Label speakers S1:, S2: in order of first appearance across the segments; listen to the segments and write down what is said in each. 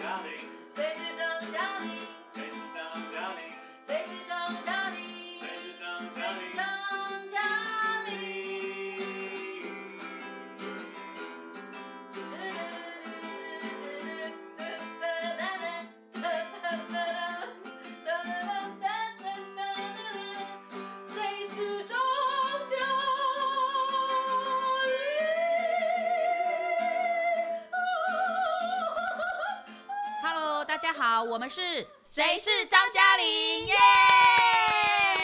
S1: 嘉玲，
S2: 谁是张嘉玲？
S1: 谁是张嘉玲？
S2: 谁是张嘉玲？
S1: 谁是张嘉
S2: 谁
S1: 玲
S2: 是？张嘉玲？谁是张嘉玲？
S3: Hello，大家好，我们是
S4: 谁是张嘉玲？耶！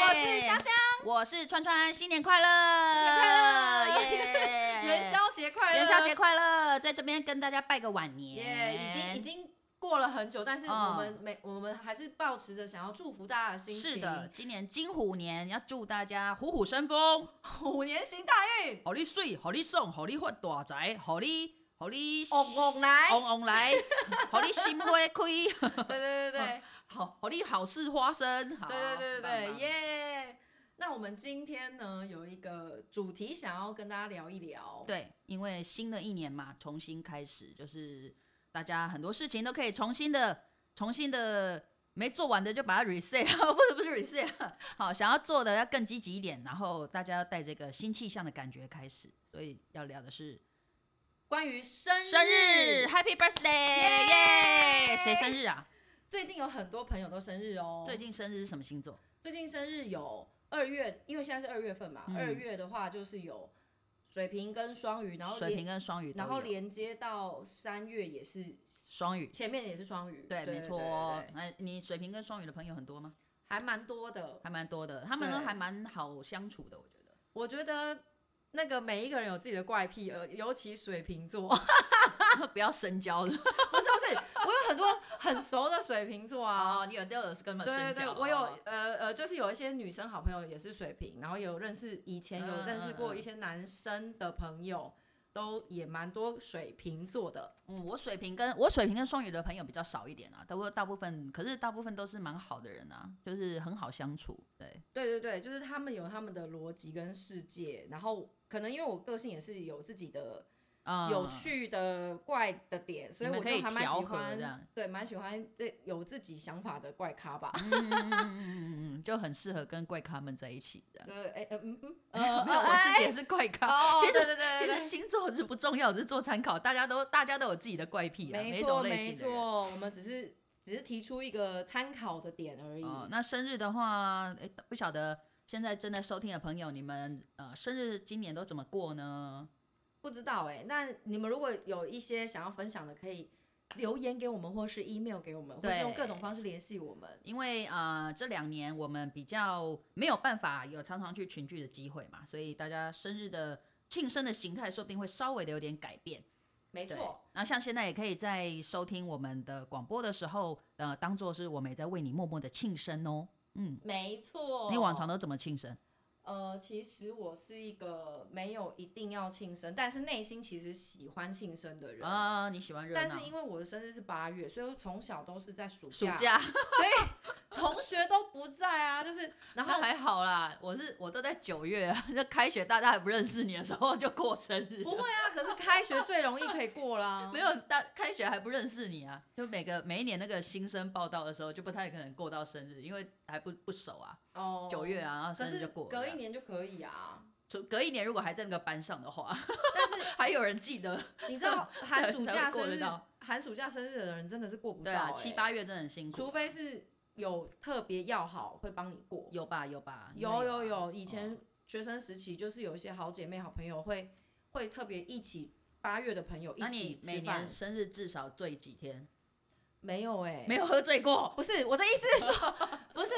S4: 我
S3: 我是香
S4: 香，
S3: 我是川川，新年快乐！
S4: 新年快乐
S3: 耶
S4: 元宵节快乐！
S3: 元宵节快乐！在这边跟大家拜个晚年。
S4: 耶！已经已经过了很久，但是
S3: 嗯
S4: 我们每我们还是保持着想要祝福大家的心情。
S3: 是的，，今年金虎年，要祝大家虎虎生风，
S4: 虎年行大运，
S3: 好利水，好利送，好利发大财，好利好利
S4: 旺旺哦来！
S3: 旺旺来， 好利心花开，
S4: 对对对对
S3: 好好利好事发生。好
S4: 对对对
S3: 棒
S4: 对
S3: 棒
S4: 对，耶！嗯那我们今天呢有一个主题想要跟大家聊一聊。
S3: 对，因为新的一年嘛，重新开始，就是大家很多事情都可以重新的、重新的没做完的就把它 reset，不 是不是 reset，啊 好，想要做的要更积极一点，然后大家要带这个新气象的感觉开始，所以要聊的是
S4: 关于生
S3: 生日，Happy Birthday，耶！谁生日啊？
S4: 最近有很多朋友都生日哦。
S3: 最近生日是什么星座？
S4: 最近生日有二月，因为现在是二月份嘛，
S3: 嗯
S4: 二、月的话就是有水瓶跟双鱼，然后
S3: 水
S4: 连
S3: 瓶跟双鱼都有，
S4: 然后连接到三月也是
S3: 双鱼。
S4: 前面也是双鱼，
S3: 对，没错哦
S4: 对对。
S3: 那你水瓶跟双鱼的朋友很多吗？
S4: 还蛮多的。
S3: 还蛮多的，他们都
S4: 对
S3: 还蛮好相处的，我觉得。
S4: 我觉得那个每一个人有自己的怪癖，呃，尤其水瓶座， 不
S3: 不要深交了。
S4: 是不是，我有很多很熟的水瓶座啊。
S3: 哦，你有都有跟他们
S4: 对对
S3: 深
S4: 对，
S3: 交。
S4: 我有
S3: 哦
S4: 呃呃，就是有一些女生好朋友也是水瓶，然后有认识以前有
S3: 嗯
S4: 认识
S3: 嗯
S4: 过
S3: 嗯
S4: 一些男生的朋友，都也蛮多水瓶座的。
S3: 嗯，我水瓶跟我水瓶跟双鱼的朋友比较少一点啊，大部大部分可是大部分都是蛮好的人啊，就是很好相处。对，
S4: 对对对，就是他们有他们的逻辑跟世界，然后可能因为我个性也是有自己的
S3: 啊、
S4: 有趣的怪的点，所以
S3: 你
S4: 我
S3: 们可
S4: 就
S3: 以
S4: 还蛮
S3: 调
S4: 喜
S3: 和这样
S4: 欢，对，蛮喜欢这有自己想法的怪咖 吧。
S3: 嗯，嗯嗯嗯嗯嗯嗯，就很适合跟怪咖们在一起的。
S4: 对，哎，呃嗯 嗯，
S3: 呃，
S4: 呃，
S3: 没有，我自己也是怪
S4: 哎。
S3: 咖。
S4: 哦，
S3: 其实
S4: 对对对
S3: 其
S4: 对
S3: 实星座是不啊重要，只是做参考。大家都大家都有自己的怪癖
S4: 对，
S3: 啊，每
S4: 没
S3: 一
S4: 错
S3: 种类
S4: 没
S3: 型的人。
S4: 错，我们只是只是提出一个参考的点而已。
S3: 哦，那生日的话，哎，不晓得现在正在收听的朋友，你们呃生日今年都怎么过呢？
S4: 不知道哎，那你们如果有一些想要分享的，可以留言给我们，或是 email 给我们，或是用各种
S3: 对
S4: 方式联系我们。
S3: 因为呃这两年我们比较没有办法有常常去群聚的机会嘛，所以大家生日的庆生的形态说不定会稍微的有点改变。
S4: 没
S3: 没
S4: 错，，
S3: 那像现在也可以在收听我们的广播的时候，呃，当做是我们也在为你默默的庆生哦。嗯，
S4: 没错。
S3: 你往常都怎么庆生？
S4: 呃，其实我是一个没有一定要庆生，但是内心其实喜欢庆生的人。
S3: 啊、你喜欢热闹？
S4: 哦但是因为我的生日是八月，所以我从小都是在暑
S3: 暑
S4: 假，
S3: 假，
S4: 所以 同学都不在啊，就是然
S3: 那
S4: 后
S3: 还好啦，我是我都在九月啊， 那开学大家还不认识你的时候就过生日了，
S4: 不会啊，可是开学最容易可以过啦
S3: 没。有大开学还不认识你啊，就每个每一年那个新生报道的时候，就不太可能过到生日，因为还不不熟啊。
S4: 哦，
S3: 九月，啊，然后
S4: 可
S3: 生日
S4: 是
S3: 就过了。
S4: 隔一，年就可以啊。
S3: 除隔一年如果还在那个班上的话，
S4: 但是
S3: 还有人记得。
S4: 你知 道 寒暑
S3: 才会
S4: 假
S3: 过
S4: 生
S3: 得
S4: 日
S3: 到，
S4: 寒暑假生日的人真的是过不到、
S3: 对
S4: 欸，
S3: 啊，七八月真的很辛苦，
S4: 除非是有特别要好会帮你过，
S3: 有吧有吧，应该
S4: 有
S3: 有
S4: 有
S3: 吧哦
S4: 有，以前学生时期就是有一些好姐妹、好朋友会会特别一起八月的朋友一
S3: 那
S4: 起
S3: 你
S4: 吃
S3: 每
S4: 饭
S3: 年，生日至少醉几天？
S4: 没有哎、
S3: 没有喝醉过，
S4: 不是我的意思是说， 不是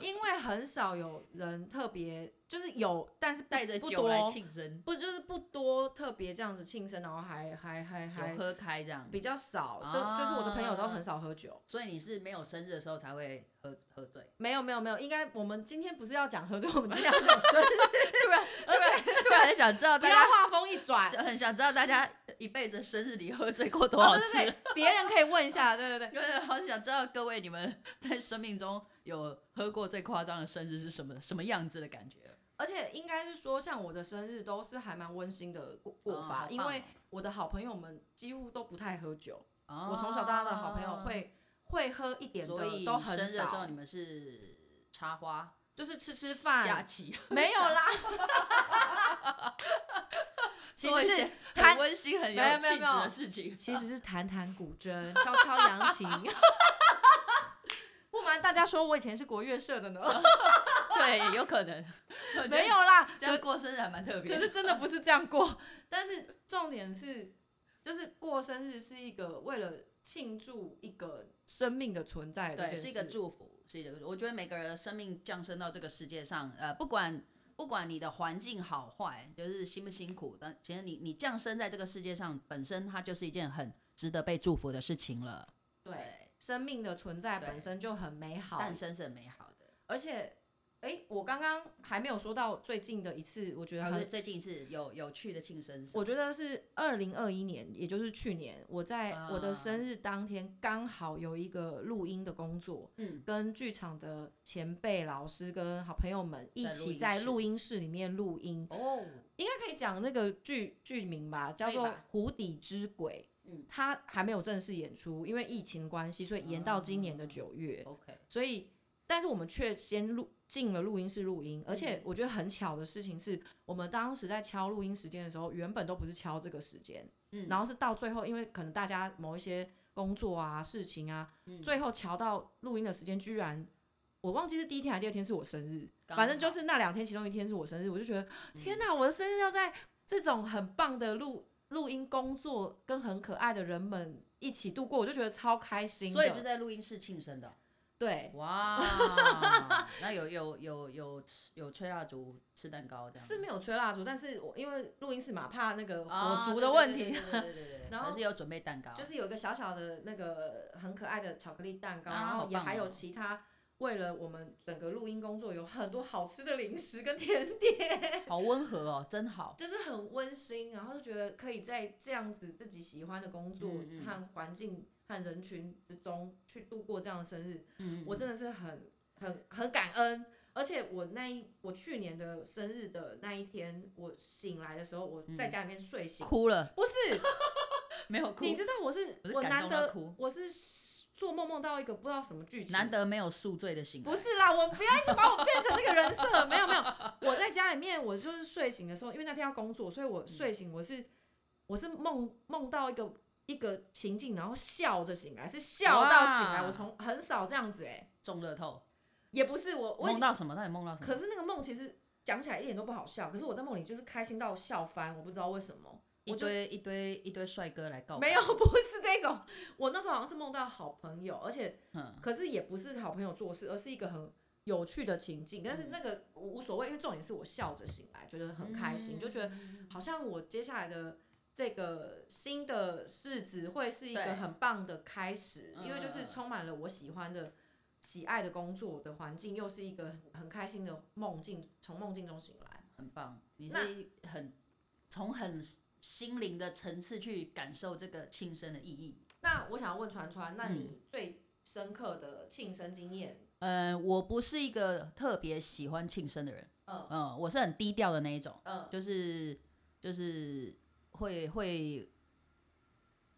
S4: 因为很少有人特别就是有，但是不
S3: 带着
S4: 不
S3: 酒来
S4: 多
S3: 庆生，
S4: 不就是不多特别这样子庆生，然后还还还
S3: 有
S4: 还
S3: 喝啊开这样。
S4: 比较少，就就是我的朋友都很少喝酒。
S3: 所以你是没有生日的时候才会喝 喝醉，
S4: 没有没有没有，应该我们今天不是要讲喝醉，我们今天要讲生日，
S3: 突 然突然突然啊很想知道
S4: 啊不
S3: 大
S4: 要
S3: 家
S4: 话锋一 转，
S3: 就很想知道大家一辈子生日里喝醉过多少次，
S4: 啊对对对别人可以问一下，对对对。
S3: 因为好想知道各位你们 在生命中有喝过最夸张的生日是什么什么样子的感觉？
S4: 而且应该是说，像我的生日都是还蛮温馨的过过
S3: 哦
S4: 法，
S3: 好
S4: 因
S3: 棒
S4: 为
S3: 哦
S4: 我的好朋友们几乎都不太喝酒，我从小到大的好朋友会会喝一点
S3: 哦所以
S4: 的都
S3: 生
S4: 很
S3: 日的时候
S4: 少
S3: 你，们是插花、
S4: 就是吃吃
S3: 下
S4: 饭
S3: 棋，
S4: 没有啦。 其
S3: 做
S4: 实
S3: 一
S4: 是
S3: 些很
S4: 谈，
S3: 温馨、很
S4: 没
S3: 有
S4: 有
S3: 气
S4: 没有
S3: 质
S4: 没有
S3: 的事情。
S4: 其实是弹弹古筝，敲敲扬琴。 不瞒大家说，我以前是国乐社的呢，
S3: 哦对，有可能我 觉
S4: 没
S3: 得
S4: 有啦。
S3: 这样过生日还蛮特别
S4: 可
S3: 的。
S4: 是真的不是这样过，但是重点是，就是过生日是一个为了庆祝一个生命的存在的这件
S3: 对，
S4: 事，
S3: 是一个祝福，是一个祝福。我觉得每个人的生命降生到这个世界上，呃，不管不管你的环境好坏，就是辛不辛苦，但其实你你降生在这个世界上，本身它就是一件很值得被祝福的事情了。
S4: 对，生命的存在
S3: 对
S4: 本身就很美好，
S3: 诞生是很美好的。
S4: 而且，哎，我刚刚还没有说到最近的一次，我觉得
S3: 然后
S4: 很，
S3: 最近是有有趣的庆生是吗，
S4: 我觉得是二零二一年，也就是去年，我在我的生
S3: 啊
S4: 日当天刚好有一个录音的工作，
S3: 嗯，
S4: 跟剧场的前辈、老师跟好朋友们一
S3: 在录
S4: 起
S3: 音
S4: 在
S3: 室
S4: 录音室里面录音，
S3: 哦，
S4: 应该可以讲那个剧剧名吧，叫
S3: 可以
S4: 做《
S3: 吧
S4: 湖底之鬼》。
S3: 嗯
S4: 它还没有正式演出，因为疫情关系，所以延到今年的九月。
S3: ，OK，
S4: 所以，但是我们却先录进了录音室录
S3: 嗯
S4: 音，而且我觉得很巧的事情是，我们当时在敲录音时间的时候，原本都不是敲这个时间，
S3: 嗯
S4: 然后是到最后，因为可能大家某一些工作啊、事情啊，
S3: 嗯
S4: 最后敲到录音的时间，居然我忘记是第一天还是第二天是我生日，
S3: 刚
S4: 反正就
S3: 好嗯
S4: 是那两天其中一天是我生日，我就觉得天哪，我的生日要在这种很棒的录。录音工作跟很可爱的人们一起度过，我就觉得超开心的。
S3: 所以是在录音室庆生的哦、
S4: 对，
S3: 哇，那有有有有吃有吹蜡烛、吃蛋糕这样
S4: 是
S3: 吗
S4: 没有吹蜡烛，但是我因为录音室嘛，怕那个
S3: 啊
S4: 火烛
S3: 对
S4: 的
S3: 对
S4: 问
S3: 对
S4: 题，
S3: 对对对对对
S4: 然
S3: 还
S4: 后
S3: 是有准备蛋糕，
S4: 就是有一个小小的那个很可爱的巧克力蛋糕，
S3: 啊
S4: 然
S3: 好
S4: 后也
S3: 棒
S4: 还有
S3: 哦
S4: 其他。为了我们整个录音工作，有很多好吃的零食跟甜点，
S3: 好温和哦，真好。
S4: 就是很温馨，然后就觉得可以在这样子自己喜欢的工作
S3: 嗯嗯
S4: 和环境和人群之中去度过这样的生日，
S3: 嗯，
S4: 我真的是很很很感恩。而且我那一我去年的生日的那一天，我醒来的时候，我在
S3: 嗯
S4: 家里面睡醒，
S3: 哭了，
S4: 不是，
S3: 没有哭
S4: 你，知道我是
S3: 我是
S4: 我
S3: 感
S4: 难
S3: 动到
S4: 得
S3: 哭
S4: 我是做梦梦到一个不知道什么剧情，
S3: 难得没有宿醉的醒来。
S4: 不是啦，我不要一直把我变成那个人设，没有 没有，我在家里面我就是睡醒的时候，因为那天要工作，所以
S3: 嗯
S4: 我睡醒我是、我是梦梦到一个一个情境，然后笑着醒来，是笑到醒来，
S3: 哇
S4: 我从很少这样子哎、
S3: 中乐透，
S4: 也不是我我已
S3: 梦到什么？到底梦到什么？
S4: 可是那个梦其实讲起来一点都不好笑，可是我在梦里就是开心到笑翻，我不知道为什么。
S3: 一
S4: 我就
S3: 堆一堆一堆帅哥来告白，
S4: 没有，不是这种。我那时候好像是梦到好朋友，而且
S3: 嗯，
S4: 可是也不是好朋友做事，而是一个很有趣的情境。但是
S3: 嗯
S4: 那个无无所谓，因为重点是我笑着醒来，觉得很开心，就觉得
S3: 嗯
S4: 好像我接下来的这个新的日子会是一
S3: 对
S4: 个很棒的开始，
S3: 嗯
S4: 因为就是充满了我喜欢的。喜爱的工作的环境，又是一个很很开心的梦境，从梦境中醒来。
S3: 很棒。你
S4: 那
S3: 是一很从很心灵的层次去感受这个庆生的意义。
S4: 那我想问川川，那
S3: 嗯
S4: 你最深刻的庆生经验？
S3: 呃，我不是一个特别喜欢庆生的人，
S4: 嗯
S3: 嗯，我是很低调的那一种。
S4: 嗯，
S3: 就是就是会会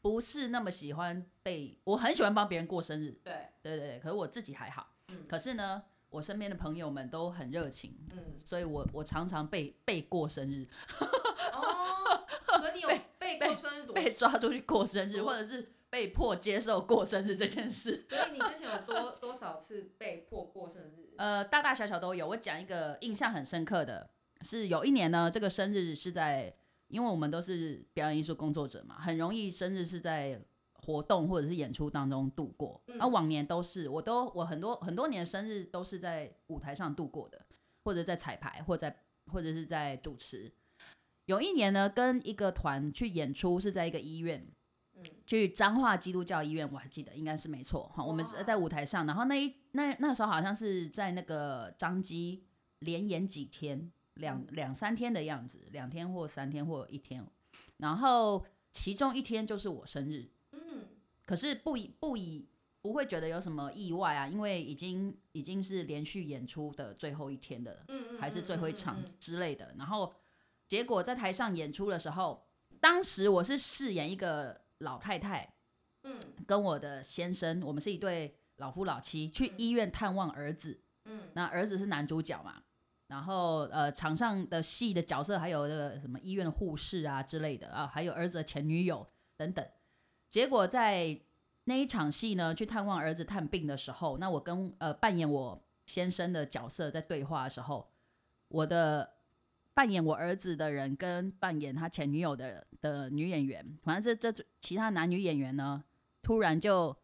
S3: 不是那么喜欢被，我很喜欢帮别人过生日，
S4: 对，
S3: 对对对，可是我自己还好，
S4: 嗯
S3: 可是呢，我身边的朋友们都很热情，
S4: 嗯，
S3: 所以我我常常被被过生日，
S4: 哦，所以你有被过生日多久？
S3: 被抓出去过生日，
S4: 我
S3: 或者是被迫接受过生日这件事。
S4: 所以你之前有多多少次被迫过生日？
S3: 呃，大大小小都有。我讲一个印象很深刻的，是有一年呢，这个生日是在，因为我们都是表演艺术工作者嘛，很容易生日是在活动或者是演出当中度过。而、
S4: 嗯
S3: 往年都是，我都我很多很多年的生日都是在舞台上度过的，或者在彩排，或者在或者是在主持。有一年呢，跟一个团去演出，是在一个医院，
S4: 嗯
S3: 去彰化基督教医院，我还记得应该是没错哈。我们
S4: 哇
S3: 在舞台上，然后那一那那时候好像是在那个彰基连演几天，两
S4: 嗯
S3: 两三天的样子，两天或三天或一天，然后其中一天就是我生日，
S4: 嗯，
S3: 可是不以不以不会觉得有什么意外啊，因为已经已经是连续演出的最后一天的
S4: 嗯
S3: 还是最后一场
S4: 嗯嗯嗯
S3: 之类的。然后结果在台上演出的时候，当时我是饰演一个老太太，
S2: 嗯
S3: 跟我的先生，我们是一对老夫老妻，去医院探望儿子。
S2: 嗯
S3: 那儿子是男主角嘛，然后呃，场上的戏的角色还有那个什么医院的护士啊之类的啊，还有儿子的前女友等等。结果在那一场戏呢，去探望儿子探病的时候，那我跟呃扮演我先生的角色在对话的时候，我的扮演我儿子的人跟扮演他前女友的的女演员，反正这这其他男女演员呢，突然就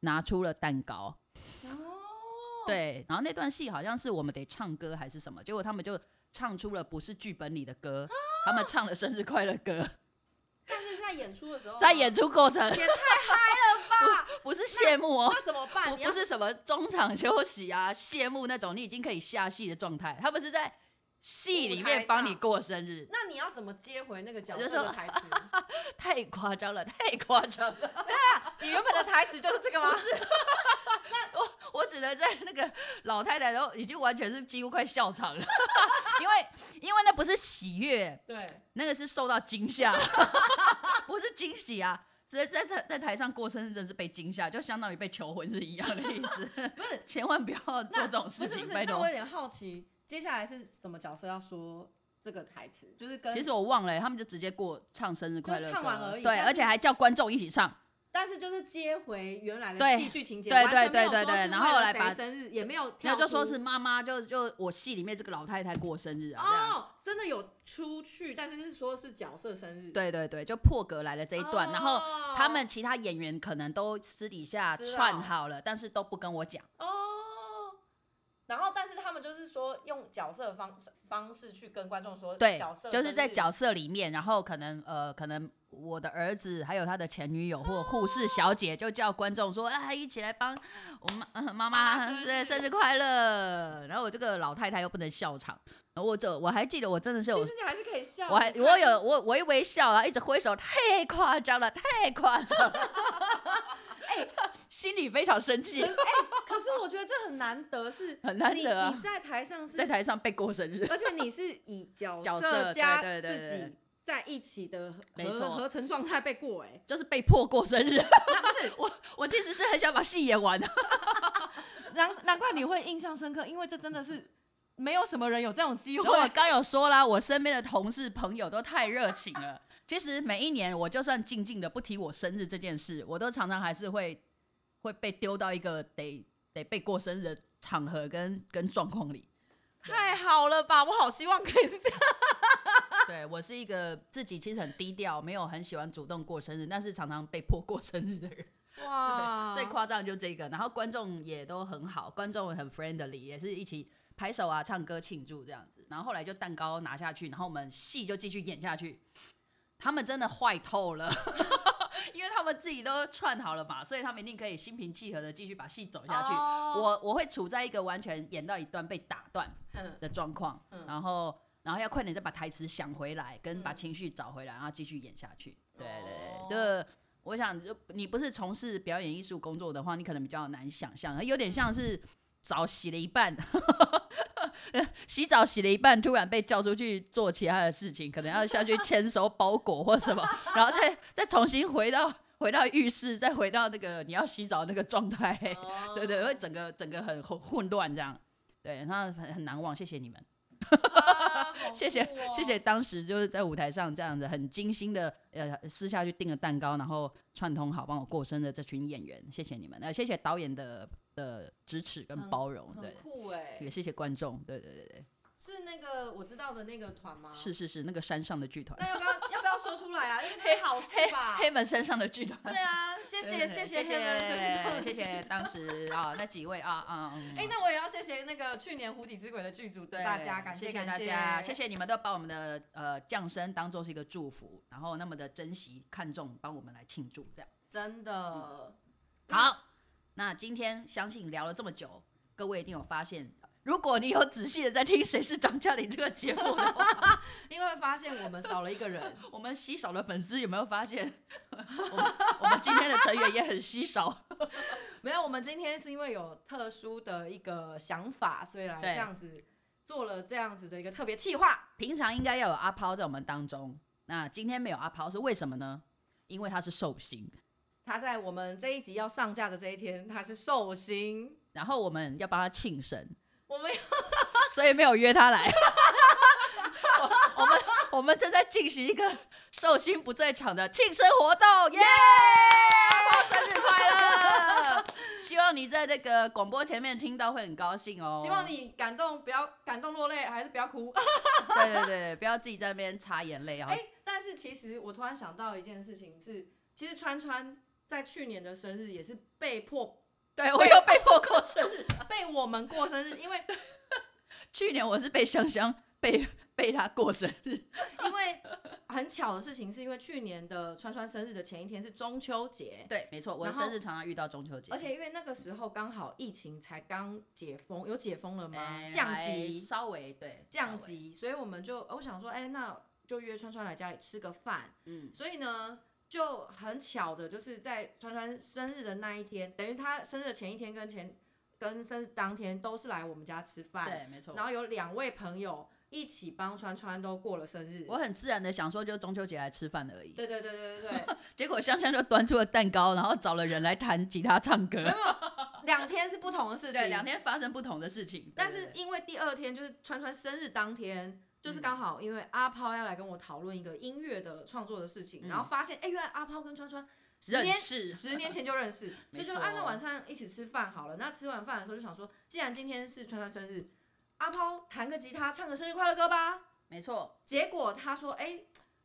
S3: 拿出了蛋糕，
S4: 嗯
S2: 哦，
S3: 对，然后那段戏好像是我们得唱歌还是什么，结果他们就唱出了不是剧本里的歌，他们唱了生日快乐歌，
S2: 但是在演出的
S4: 哦
S2: 时候，
S4: 啊
S3: 在演出过程
S2: 也太嗨了吧！
S3: 不是谢幕哦，
S2: 那怎么办？
S3: 不
S2: 你要
S3: 不是什么中场休息啊、谢幕那种，你已经可以下戏的状态，他们是在戏
S4: 舞
S3: 里
S4: 台
S3: 面帮你
S4: 上
S3: 过生日，
S4: 那你要怎么接回那个角
S3: 我就
S4: 色
S3: 说
S4: 的台 词？
S3: 太夸张了，太夸张 了。
S4: 啊你原本的台词就是这 个吗？
S3: 我只能在那个老太太，然后已经完全是几乎快笑场了， 因为因为那不是喜悦，
S4: 对，
S3: 那个是受到惊吓， 不是惊喜啊。直接在在在台上过生日，真是被惊吓，就相当于被求婚是一样的意思。不是，千万不要做
S4: 那
S3: 这种事
S4: 不是
S3: 情
S4: 不，是，
S3: 拜
S4: 那我
S3: 托
S4: 有。点好奇，接下来是什么角色要说这个台词？就是跟
S3: 其实我忘了、他们就直接过唱生日快乐
S4: 就
S3: 歌，
S4: 唱完而已但
S3: 对，
S4: 是
S3: 而且还叫观众一起唱。
S4: 但是就是接回原来的
S3: 对
S4: 戏剧情节，
S3: 对
S4: 完全
S3: 对
S4: 没有
S3: 对
S4: 说
S3: 对
S4: 是
S3: 对然
S4: 为
S3: 后
S4: 了
S3: 来
S4: 谁
S3: 把
S4: 生日也没有
S3: 没有
S4: 跳出，
S3: 就说是妈妈，就就我戏里面这个老太太过生日啊，这样。
S4: 哦，真的有出去，但是是说是角色生日，
S3: 对对对，就破格来了这一段，然后
S4: 哦
S3: 他们其他演员可能都私底下
S4: 知道
S3: 串好了，但是都不跟我讲。
S4: 哦。然后，但是他们就是说用角色的方方式去跟观众说，
S3: 对
S4: 角色，
S3: 就是在
S4: 角
S3: 角色里面，然后可能呃，可能我的儿子还有他的前女友或护士小姐就叫观众说啊，一起来帮我妈呃
S4: 妈
S3: 妈妈
S4: 生日
S3: 对生日快乐。然后我这个老太太又不能笑场，然后我这我还记得我真的是有
S4: 其实你还是可以笑，
S3: 我还
S4: 你看
S3: 我有我微微笑啊，一直挥手，太夸张了，太夸张了，哎心里非常生 气，
S4: 可是我觉得这很难得，是
S3: 很难得
S4: 你
S3: 啊
S4: 你，在台上是
S3: 在，台上被过生日。
S4: 而且你是以角
S3: 角
S4: 色
S3: 色
S4: 加
S3: 对对
S4: 自
S3: 对对
S4: 己在一起的合
S3: 没错
S4: 合成状态被过， 哎，
S3: 就是被迫过生日，
S4: 那不是
S3: 我我其实是很想把戏演完的，
S4: 难难怪你会印象深刻，因为这真的是没有什么人有这种机
S3: 然后我刚有说啦，我身边的同事朋友都太热情了。其实每一年，我就算静静的不提我生日这件事，我都常常还是会会被丢到一个得得被过生日的场合跟跟状况里。
S4: 太好了吧！我好希望可以是这 样。
S3: 对我是一个自己其实很低调，没有很喜欢主动过生日，但是常常被迫过生日的人。
S4: 哇
S3: 最夸张的就这个，然后观众也都很好，观众很 friendly，也是一起拍手啊、唱歌庆祝这样子。然后后来就蛋糕拿下去，然后我们戏就继续演下去。他们真的坏透了， 因为他们自己都串好了嘛，所以他们一定可以心平气和的继续把戏走下去。
S4: 哦
S3: 我我会处在一个完全演到一段被打断
S4: 嗯
S3: 的状况，
S4: 嗯
S3: 然后然后要快点再把台词想回来，跟把
S4: 嗯
S3: 情绪找回来，然后继续演下去。对
S4: 哦
S3: 对对，就我想，就你不是从事表演艺术工作的话，你可能比较难想象，有点像是澡洗了一半， 洗澡洗了一半，突然被叫出去做其他的事情，可能要下去签收包裹或什么， 然后再再重新回到回到浴室，再回到那个你要洗澡那个状态。
S4: 哦
S3: 对对，会整个整个很混混乱这样。对，那很很难忘，谢谢你们，
S4: 啊好
S3: 谢谢、
S4: 酷哦
S3: 谢谢当时就是在舞台上这样子很精心的呃私下去订了蛋糕，然后串通好帮我过生日的这群演员，谢谢你们，呃谢谢导演的的支持跟
S4: 很
S3: 包容，
S4: 很
S3: 对，
S4: 酷哎
S3: 也！谢谢观众，对对对对，
S4: 是那个我知道的那个团吗？
S3: 是。是是，那个山上的剧团，
S4: 那要不要要不要说出来啊？ 因为这是好事
S3: 黑
S4: 吧？
S3: 黑门山上的剧团，
S4: 对啊，谢谢
S3: 对
S4: 谢
S3: 谢
S4: 黑人
S3: 谢
S4: 谢
S3: 谢谢。当时啊那几位啊啊，嗯
S4: 哎，那我也要谢谢那个去年《湖底之鬼》的剧组的
S3: 对，
S4: 大家，感
S3: 谢
S4: 感
S3: 大家，谢
S4: 谢。
S3: 谢你们都把我们的呃降生当做是一个祝福，然后那么的珍惜、看重，帮我们来庆祝这样。
S4: 真
S3: 嗯
S4: 的，
S3: 好，那今天相信聊了这么久，各位一定有发现，如果你有仔细的在听《谁是张嘉玲》这个节目的话，
S4: 因为发现我们少了一个人，
S3: 我们稀少的粉丝有没有发现， 我们我们今天的成员也很稀少？
S4: 没有，我们今天是因为有特殊的一个想法，所以来
S3: 对
S4: 这样子做了这样子的一个特别企划。
S3: 平常应该要有阿抛在我们当中，那今天没有阿抛是为什么呢？因为他是寿星。
S4: 他在我们这一集要上架的这一天，他是寿星，
S3: 然后我们要帮他庆生，
S4: 我们
S3: 所以没有约他来。我我们我们正在进行一个寿星不在场的庆生活动，耶！阿豹生日快乐！希望你在那个广播前面听到会很高兴哦。
S4: 希望你感动，不要感动落泪，还是不要哭。
S3: 对对对，不要自己在那边擦眼泪啊。
S4: 哎、但是其实我突然想到一件事情是，其实川川在去年的生日也是被迫
S3: 对我有被迫过生日，
S4: 被我们过生日，因为
S3: 去年我是被香香被被他过生日，
S4: 因为很巧的事情是因为去年的川川生日的前一天是中秋节，
S3: 对，没错，我的
S4: 然后
S3: 生日常常遇到中秋节，
S4: 而且因为那个时候刚好疫情才刚解封，有解封了吗？
S3: 哎
S4: 降
S3: 还
S4: 级，
S3: 稍微对
S4: 降，
S3: 稍微
S4: 级，所以我们就呃我想说，哎、那就约川川来家里吃个饭。
S3: 嗯，
S4: 所以呢，就很巧的，就是在川川生日的那一天，等于他生日的前一天跟前跟生日当天都是来我们家吃饭，
S3: 对，没错。
S4: 然后有两位朋友一起帮川川都过了生日
S3: 我。很自然的想说，就中秋节来吃饭而已。
S4: 对对对对对对，
S3: 结果香香就端出了蛋糕，然后找了人来弹吉他唱歌。
S4: 两天是不同的事情，
S3: 对，两。天发生不同的事情。
S4: 但
S3: 对
S4: 是
S3: 对对
S4: 因为第二天就是川川生日当天，就是
S3: 嗯
S4: 刚好因为阿抛要来跟我讨论一个音乐的创作的事情，
S3: 嗯
S4: 然后发现哎、原来阿抛跟川川十
S3: 认
S4: 年
S3: 识
S4: 十年前就认识，所以就
S3: 没错
S4: 按照晚上一起吃饭好了。那吃完饭的时候就想说，既然今天是川川生日，阿抛弹个吉他，唱个生日快乐歌吧。
S3: 没错，
S4: 结果他说，哎、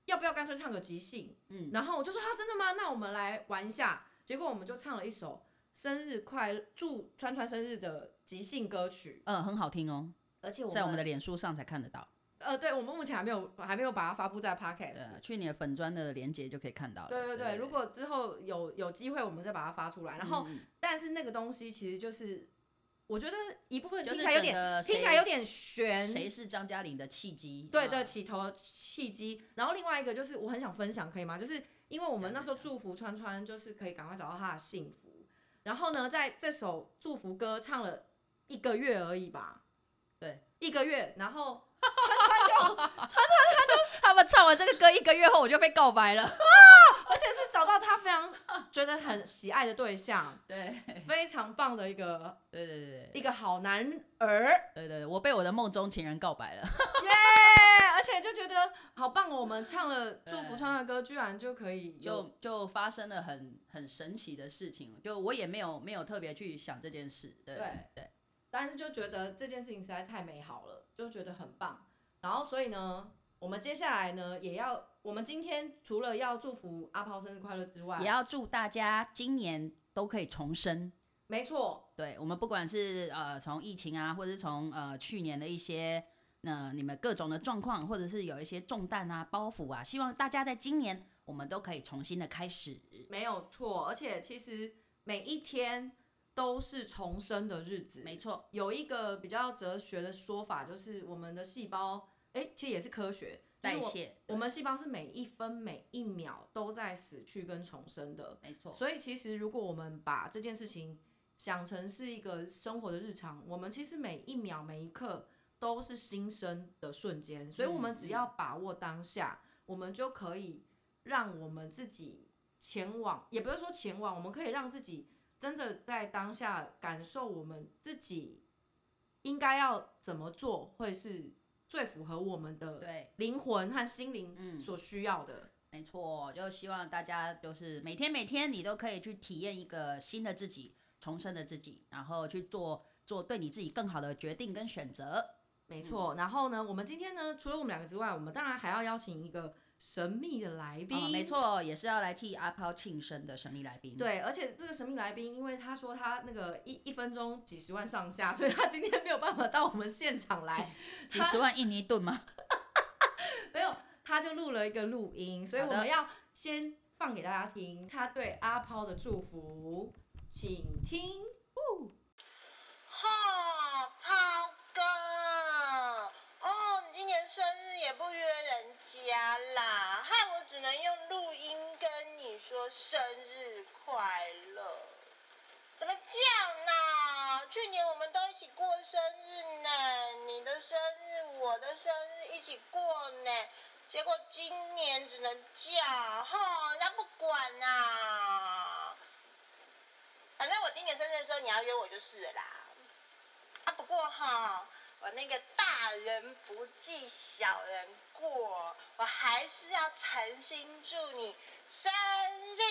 S4: 要不要干脆唱个即兴？
S3: 嗯，
S4: 然后我就说啊，真的吗？那我们来玩一下。结果我们就唱了一首生日快乐祝川川生日的即兴歌曲，
S3: 呃，很好听哦，
S4: 而且我们
S3: 在我们的脸书上才看得到，
S4: 呃，对我们目前还没有还没有把它发布在 podcast
S3: 对。啊，去年粉砖的连接就可以看到了。
S4: 对对
S3: 对
S4: 对，如果之后有有机会，我们再把它发出来。然后，
S3: 嗯嗯
S4: 但是那个东西其实就是，我觉得一部分
S3: 就
S4: 听起
S3: 是
S4: 来有
S3: 整
S4: 点
S3: 个
S4: 听起来
S3: 谁
S4: 有点悬，
S3: 谁是张嘉玲的契机？
S4: 对
S3: 啊
S4: 的，起头契机。然后另外一个就是我很想分享，可以吗？就是因为我们那时候祝福川川，就是可以赶快找到他的幸福。然后呢，在这首祝福歌唱了一个月而已吧，
S3: 对，
S4: 一个月。然后
S3: 他们唱完这个歌一个月后，我就被告白了。
S4: 而且是找到他非常 觉得很喜爱的对象，
S3: 对
S4: 非常棒的一个
S3: 对对对
S4: 一个好男儿，
S3: 对对对，我被我的梦中情人告白 了。
S4: 耶！而且就觉得好棒，哦，我们唱了祝福川的歌，居然就可以有
S3: 就就发生了很很神奇的事情，就我也没有没有特别去想这件事，对
S4: 对
S3: 对，
S4: 但是就觉得这件事情实在太美好了，就觉得很棒。然后所以呢，我们接下来呢也要，我们今天除了要祝福阿抛生日快乐之外
S3: 也，要祝大家今年都可以重生。
S4: 没错，
S3: 对我们不管是呃从疫情啊，或者是从呃去年的一些呃、你们各种的状况，或者是有一些重担啊包袱啊，希望大家在今年我们都可以重新的开始。
S4: 没有错。而且其实每一天都是重生的日子，
S3: 没错，
S4: 有一个比较哲学的说法，就是我们的细胞，哎、其实也是科学
S3: 代。谢，
S4: 我们细胞是每一分每一秒都在死去跟重生的，
S3: 没错，
S4: 所以其实如果我们把这件事情想成是一个生活的日常，我们其实每一秒每一刻都是新生的瞬间，所以我
S3: 嗯
S4: 们只要把握当下，我们就可以让我们自己前往，也不是说前往，我们可以让自己真的在当下感受我们自己应该要怎么做，会是最符合我们的
S3: 对，
S4: 灵魂和心
S3: 嗯
S4: 灵所需要的。
S3: 没错，就希望大家就是每天每天你都可以去体验一个新的自己，重生的自己，然后去做做对你自己更好的决定跟选择。
S4: 没错，然后呢，我们今天呢，除了我们两个之外，我们当然还要邀请一个神秘的来宾、
S3: 啊，没，错，也是要来替阿抛庆生的神秘来宾。，
S4: 对，而且这个神秘来宾，因为他说他那个一一分钟几十万上下，所以他今天没有办法到我们现场 来，
S3: 几十万印尼 盾吗？
S4: 没有，他就录了一个录音，所以我
S3: 好的
S4: 们要先放给大家听他对阿抛的祝福，请听。
S3: 哦
S5: 哈，涛哥，哦，你今年生日也不约人家啦，害我只能用录音跟你说生日快乐。怎么这样呢？去年我们都一起过生日呢，你的生日、我的生日一起过呢，结果今年只能这样，哈，人家不管呐、啊。今年生日的时候你要约我就是了啦。啊，不过哈，我那个大人不计小人过，我还是要诚心祝你生日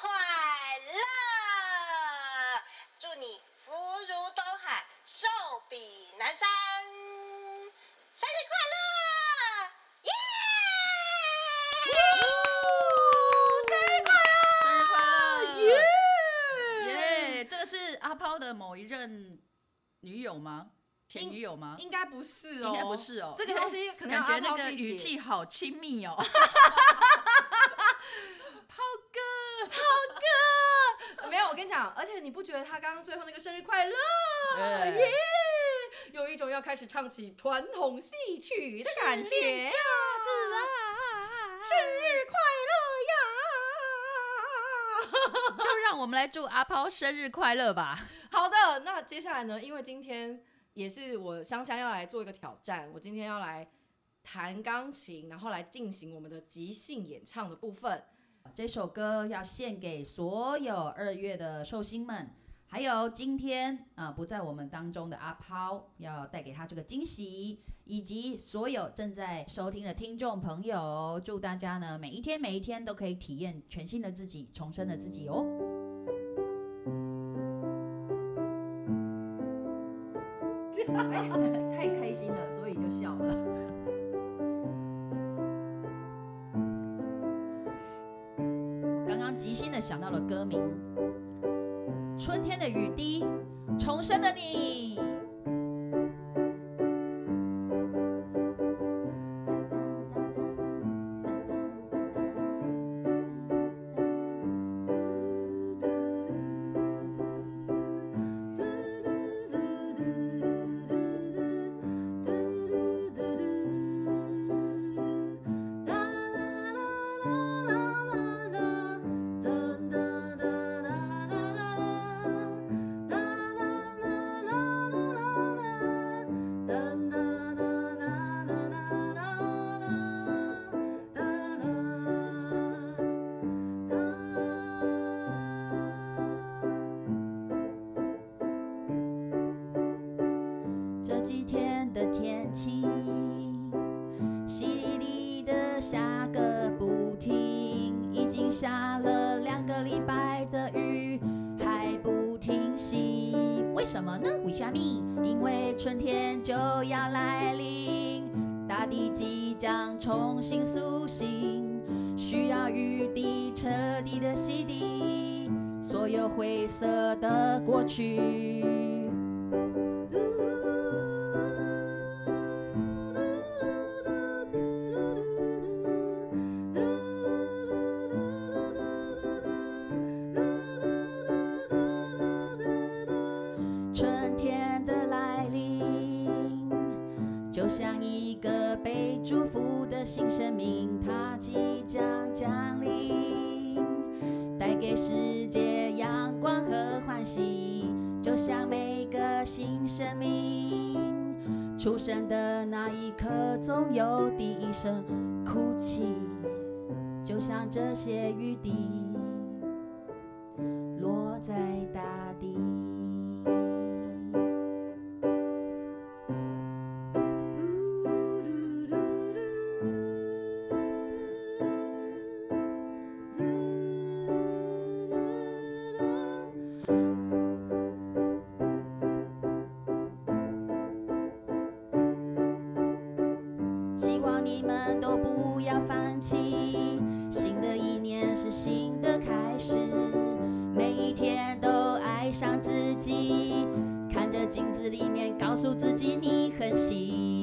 S5: 快乐，祝你福如东海，寿比南山，生日快乐，耶、
S3: 生日快乐！
S4: 耶
S3: 耶这个是阿抛的某一任女友吗？前
S4: 应
S3: 女友吗？
S4: 应该不是哦，
S3: 应该不是哦，
S4: 这个
S3: 因为
S4: 东西可能要
S3: 感觉
S4: 阿
S3: 那
S4: 炮
S3: 个
S4: 自己
S3: 语
S4: 解
S3: 气好亲密哦。 炮哥，
S4: 没有，我跟你讲，而且你不觉得他刚刚最后那个生日快乐
S3: 对
S4: 耶有一种要开始唱起传统戏曲的感觉，生日快乐呀！
S3: 就让我们来祝阿抛生日快乐吧。
S4: 好的，那接下来呢？因为今天也是我香香要来做一个挑战，我今天要来弹钢琴，然后来进行我们的即兴演唱的部分。
S3: 这首歌要献给所有二月的寿星们，还有今天啊、呃不在我们当中的阿抛，要带给他这个惊喜，以及所有正在收听的听众朋友，祝大家呢每一天每一天都可以体验全新的自己，重生的自己哦。太开心了，所以就笑了。刚刚即兴的想到了歌名，《春天的雨滴》，重生的你。这几天的天气，淅沥沥的下个不停，已经下了两个礼拜的雨，还不停息。为什么呢？为虾米？因为春天就要来临，大地即将重新苏醒，需要雨滴彻底的洗涤所有灰色的过去。春天的来临，就像一个被祝福的新生命，它即将降临，带给世界阳光和欢喜。就像每个新生命出生的那一刻，总有第一声哭泣，就像这些雨滴落在大地。希望你们都不要放弃。新的一年是新的开始，每一天都爱上自己，看着镜子里面，告诉自己你很行。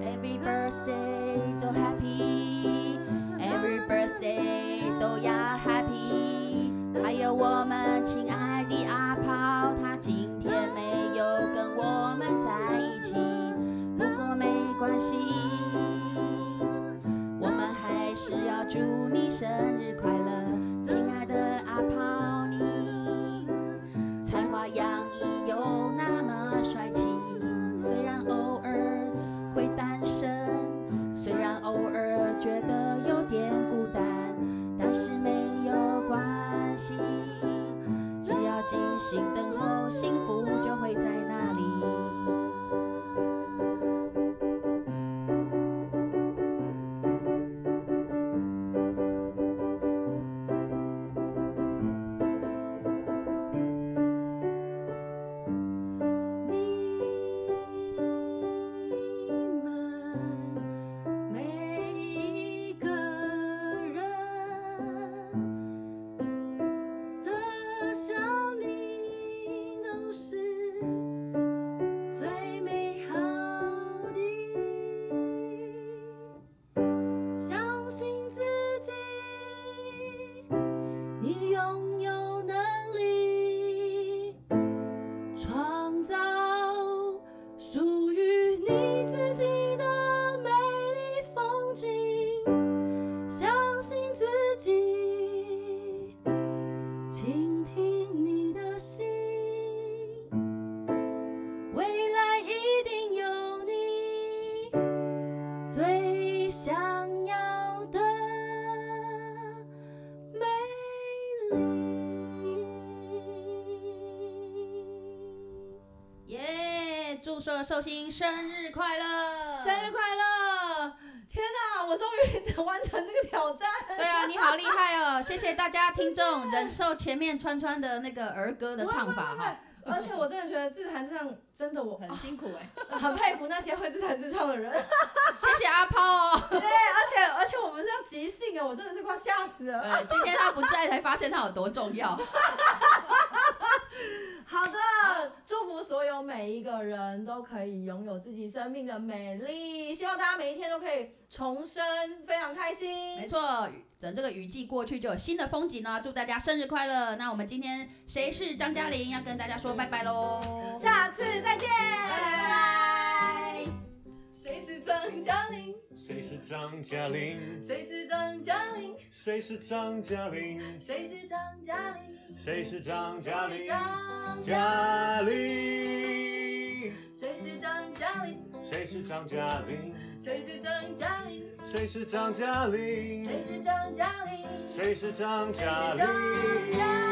S3: Every birthday 都 happy，Every birthday 都要 happy。还有我们亲爱的阿炮，他今天没有跟我们在一起，不过没关系，我们还是要祝你生日快乐，亲爱的阿炮你，才华洋溢又那么帅气。心等候，幸福就会在那里。
S6: 你们每一个人的生命都是最美好的，相信自己，你拥有能力。创造属于你自己的美丽风景。相信自己，倾听你的心，未来一定有你最想要的美丽。
S3: 耶！祝所有寿星生日快乐！
S4: 生日快乐！天哪，我终于完成这个挑战。
S3: 对啊，你好厉害哦！谢谢大家听众忍受前面川川的那个儿歌的唱法哈。
S4: 而且我真的觉得自弹自唱真的我很
S3: 辛苦 哎、
S4: 很佩服那些会自弹自唱的人，而
S3: 谢谢阿抛哦。
S4: 且而且我们是要即兴啊，我真的是快吓死了。
S3: 呃，今天他不在，才发现他有多重要。
S4: 好的，祝福所有每一个人都可以拥有自己生命的美丽，希望大家每一天都可以重生，非常开心。
S3: 没错，等这个雨季过去，就有新的风景啦。祝大家生日快乐！那我们今天谁是张嘉玲要跟大家说拜拜喽，
S4: 下次再见，
S3: 拜
S4: 拜。谁是张嘉玲？
S1: 谁是张嘉玲？
S4: 谁是张嘉玲？
S1: 谁是张嘉玲？
S4: 谁是张嘉玲？
S1: 谁是张嘉
S4: 谁是
S1: 玲？
S4: 张嘉？
S1: 嘉玲。
S4: 谁是张嘉玲？
S1: 谁是张嘉玲？
S4: 谁是张嘉玲？
S1: 谁是张嘉玲？
S4: 谁是张嘉玲？
S1: 谁是张
S4: 谁
S1: 嘉
S4: 是张
S1: 玲？
S4: 嘉玲？